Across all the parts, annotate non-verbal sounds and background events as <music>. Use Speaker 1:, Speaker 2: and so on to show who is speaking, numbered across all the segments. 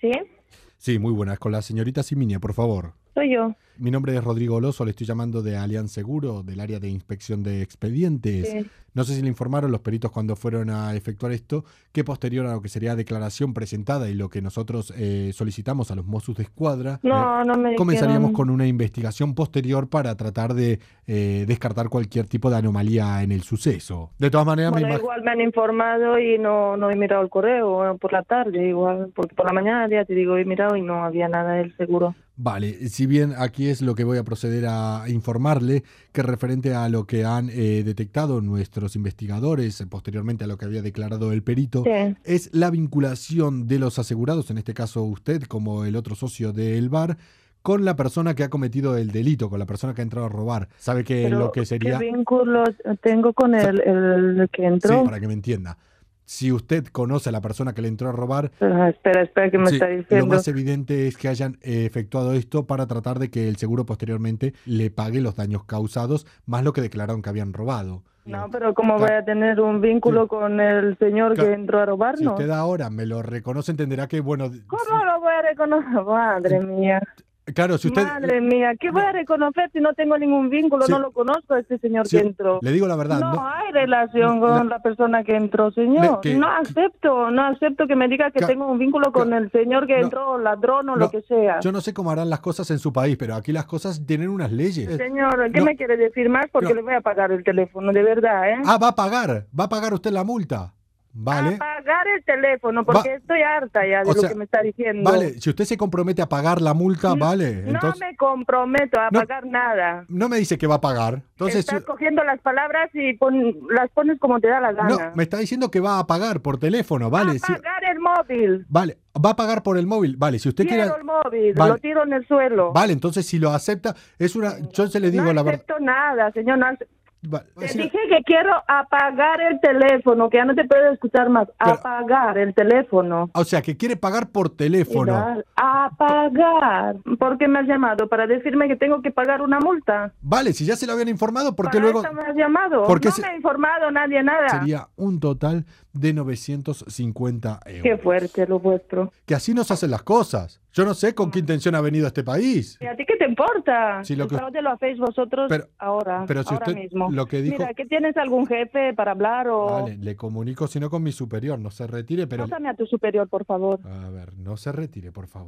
Speaker 1: ¿Sí?
Speaker 2: Sí, muy buenas. Con la señorita Siminia, por favor.
Speaker 1: Soy yo.
Speaker 2: Mi nombre es Rodrigo Oloso, le estoy llamando de Alianz Seguro, del área de inspección de expedientes.
Speaker 1: Sí.
Speaker 2: No sé si le informaron los peritos cuando fueron a efectuar esto, que posterior a lo que sería declaración presentada y lo que nosotros eh, solicitamos a los Mossos de Escuadra,
Speaker 1: No,
Speaker 2: eh,
Speaker 1: no me
Speaker 2: comenzaríamos
Speaker 1: dijeron.
Speaker 2: con una investigación posterior para tratar de eh, descartar cualquier tipo de anomalía en el suceso. De todas maneras, me
Speaker 1: Bueno,
Speaker 2: imag-
Speaker 1: igual me han informado y no, no he mirado el correo bueno, por la tarde, igual, porque por la mañana ya te digo, he mirado y no había nada del seguro.
Speaker 2: Vale, si bien aquí es lo que voy a proceder a informarle, que referente a lo que han eh, detectado nuestros investigadores, eh, posteriormente a lo que había declarado el perito,
Speaker 1: Sí.
Speaker 2: es la vinculación de los asegurados, en este caso usted como el otro socio del bar, con la persona que ha cometido el delito, con la persona que ha entrado a robar. ¿Sabe que
Speaker 1: Pero,
Speaker 2: lo que sería...
Speaker 1: ¿Qué vínculo tengo con el, el que
Speaker 2: Sí,
Speaker 1: entró?
Speaker 2: para que me entienda. Si usted conoce a la persona que le entró a robar,
Speaker 1: Ah, espera, espera, que me
Speaker 2: Sí,
Speaker 1: está
Speaker 2: Lo
Speaker 1: diciendo.
Speaker 2: más evidente es que hayan eh, efectuado esto para tratar de que el seguro posteriormente le pague los daños causados, más lo que declararon que habían robado.
Speaker 1: No, pero ¿cómo voy a tener un vínculo
Speaker 2: Sí.
Speaker 1: con el señor
Speaker 2: Claro.
Speaker 1: que entró a
Speaker 2: Si
Speaker 1: robarnos?
Speaker 2: usted ahora me lo reconoce, entenderá que, bueno,
Speaker 1: ¿Cómo lo voy a reconocer? Madre mía,
Speaker 2: sí, claro, si usted...
Speaker 1: madre mía, ¿qué voy a reconocer si no tengo ningún vínculo?
Speaker 2: Sí.
Speaker 1: No lo conozco a este señor
Speaker 2: si-
Speaker 1: que entró.
Speaker 2: le digo la verdad,
Speaker 1: No,
Speaker 2: no-
Speaker 1: hay relación con la, persona que entró, señor.
Speaker 2: Le- que-
Speaker 1: no acepto, no acepto que me diga que
Speaker 2: Ca-
Speaker 1: tengo un vínculo con
Speaker 2: ca-
Speaker 1: el señor que
Speaker 2: no.
Speaker 1: entró, ladrón o
Speaker 2: no,
Speaker 1: lo que sea.
Speaker 2: yo no sé cómo harán las cosas en su país, pero aquí las cosas tienen unas leyes.
Speaker 1: Señor, ¿qué
Speaker 2: No.
Speaker 1: me quiere decir más? Porque
Speaker 2: No.
Speaker 1: le voy a pagar el teléfono, de verdad, ¿eh?
Speaker 2: Ah, va a pagar, va a pagar usted la multa. Vale.
Speaker 1: A pagar el teléfono, porque
Speaker 2: Va-
Speaker 1: estoy harta ya de
Speaker 2: O
Speaker 1: lo
Speaker 2: sea,
Speaker 1: que me está diciendo.
Speaker 2: Vale, si usted se compromete a pagar la multa, vale.
Speaker 1: no
Speaker 2: Entonces,
Speaker 1: me comprometo a
Speaker 2: No.
Speaker 1: pagar nada.
Speaker 2: no me dice que va a pagar. Entonces,
Speaker 1: Estás
Speaker 2: si-
Speaker 1: cogiendo las palabras y pon- las pones como te da la
Speaker 2: No,
Speaker 1: gana.
Speaker 2: me está diciendo que va a pagar por teléfono, vale.
Speaker 1: a
Speaker 2: si-
Speaker 1: pagar el móvil.
Speaker 2: vale, va a pagar por el móvil, vale. Si usted
Speaker 1: Quiero
Speaker 2: quiere,
Speaker 1: el móvil,
Speaker 2: Vale.
Speaker 1: lo tiro en el suelo.
Speaker 2: vale. Entonces, si lo acepta, es una. Yo se le digo
Speaker 1: no
Speaker 2: la verdad.
Speaker 1: acepto nada, señor. no ace-
Speaker 2: va-
Speaker 1: Te
Speaker 2: sí,
Speaker 1: dije que quiero apagar el teléfono, que ya no te puedo escuchar más.
Speaker 2: Pero-
Speaker 1: apagar el teléfono.
Speaker 2: O sea, que quiere pagar por teléfono.
Speaker 1: Mira, Apagar. ¿Por qué me has llamado? ¿Para decirme que tengo que pagar una multa?
Speaker 2: Vale, si ya se lo habían informado, ¿por qué
Speaker 1: ¿Para
Speaker 2: luego
Speaker 1: eso me has llamado?
Speaker 2: ¿Por qué
Speaker 1: no
Speaker 2: se-
Speaker 1: me ha informado nadie nada.
Speaker 2: sería un total de 950 euros?
Speaker 1: Qué fuerte lo vuestro.
Speaker 2: Que así nos hacen las cosas. Yo no sé con qué intención ha venido a este país.
Speaker 1: ¿Y a ti qué te importa?
Speaker 2: Sí, lo que-
Speaker 1: Ahora te lo hacéis vosotros
Speaker 2: Pero-
Speaker 1: ahora,
Speaker 2: pero si
Speaker 1: ahora
Speaker 2: usted
Speaker 1: mismo.
Speaker 2: lo que dijo-
Speaker 1: Mira, ¿qué tienes algún jefe para hablar o...?
Speaker 2: Vale, le comunico, si no con mi superior, no se retire, pero.
Speaker 1: Pásame a tu superior, por favor.
Speaker 2: A ver, no se retire, por favor.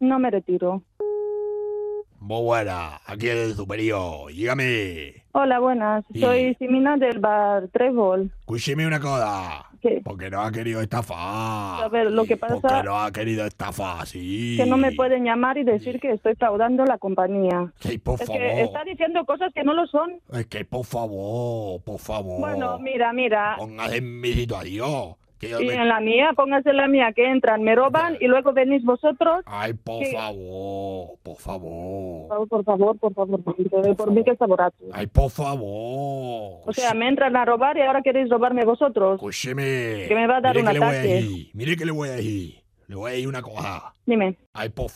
Speaker 1: No me retiro.
Speaker 3: Muy buena, aquí el superior. Dígame,
Speaker 1: Hola, buenas.
Speaker 3: Sí.
Speaker 1: Soy Simina del bar Trébol.
Speaker 3: escúcheme una cosa.
Speaker 1: ¿Qué?
Speaker 3: Porque no ha querido estafar.
Speaker 1: A ver, lo que pasa-
Speaker 3: Porque no ha querido estafar, sí.
Speaker 1: Que no me pueden llamar y decir que estoy fraudando la compañía.
Speaker 3: Sí, por
Speaker 1: Es
Speaker 3: favor.
Speaker 1: que está diciendo cosas que no lo son.
Speaker 3: Es que por favor, por favor.
Speaker 1: Bueno, mira, mira.
Speaker 3: Póngase en mi situación. Que yo
Speaker 1: Y
Speaker 3: me-
Speaker 1: en la mía, póngase en la mía, que entran, me roban y luego venís vosotros.
Speaker 3: Ay, por
Speaker 1: Sí.
Speaker 3: favor,
Speaker 1: Por
Speaker 3: por favor.
Speaker 1: favor, por favor, por favor, por, favor, por mí que está borracho.
Speaker 3: Ah. Ay, por favor.
Speaker 1: O sea, me entran a robar y ahora queréis robarme vosotros.
Speaker 3: Escúcheme.
Speaker 1: que me va a dar
Speaker 3: mire
Speaker 1: un
Speaker 3: que le voy a
Speaker 1: ataque.
Speaker 3: decir, Mire que le voy a decir. Le voy a decir una cosa.
Speaker 1: Dime.
Speaker 3: Ay, por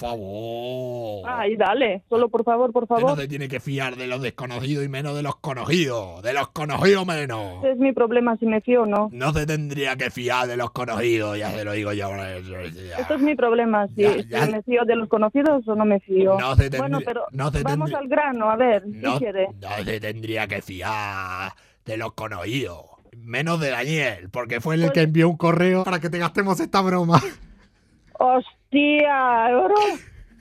Speaker 3: favor.
Speaker 1: Ay, dale. Solo por favor, por
Speaker 3: Usted no
Speaker 1: favor.
Speaker 3: se tiene que fiar Oh. de los desconocidos y menos de los conocidos. De los conocidos menos.
Speaker 1: Ese Este es mi problema si me fío o no.
Speaker 3: No se tendría que fiar de los conocidos, ya se lo digo yo.
Speaker 1: Esto es mi problema, si,
Speaker 3: Ya, ya.
Speaker 1: si me fío de los conocidos o no me fío.
Speaker 3: No se tendría-
Speaker 1: bueno, pero
Speaker 3: no se
Speaker 1: vamos
Speaker 3: tendría-
Speaker 1: al grano, a ver, ¿qué
Speaker 3: No,
Speaker 1: quiere?
Speaker 3: no se tendría que fiar de los conocidos. Menos de Daniel, porque fue él el que envió un correo para que te gastemos esta broma.
Speaker 1: Hostia, bro.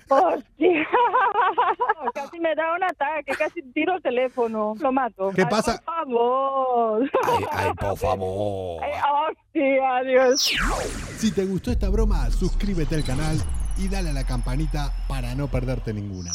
Speaker 1: Hostia. <laughs> Casi me da un ataque, casi tiro el teléfono. Lo mato.
Speaker 2: ¿Qué
Speaker 1: Ay,
Speaker 2: pasa?
Speaker 1: Por favor.
Speaker 3: Ay,
Speaker 1: <laughs>
Speaker 3: ay, por favor.
Speaker 1: Ay, Hostia, Dios.
Speaker 2: Si te gustó esta broma, suscríbete al canal y dale a la campanita para no perderte ninguna.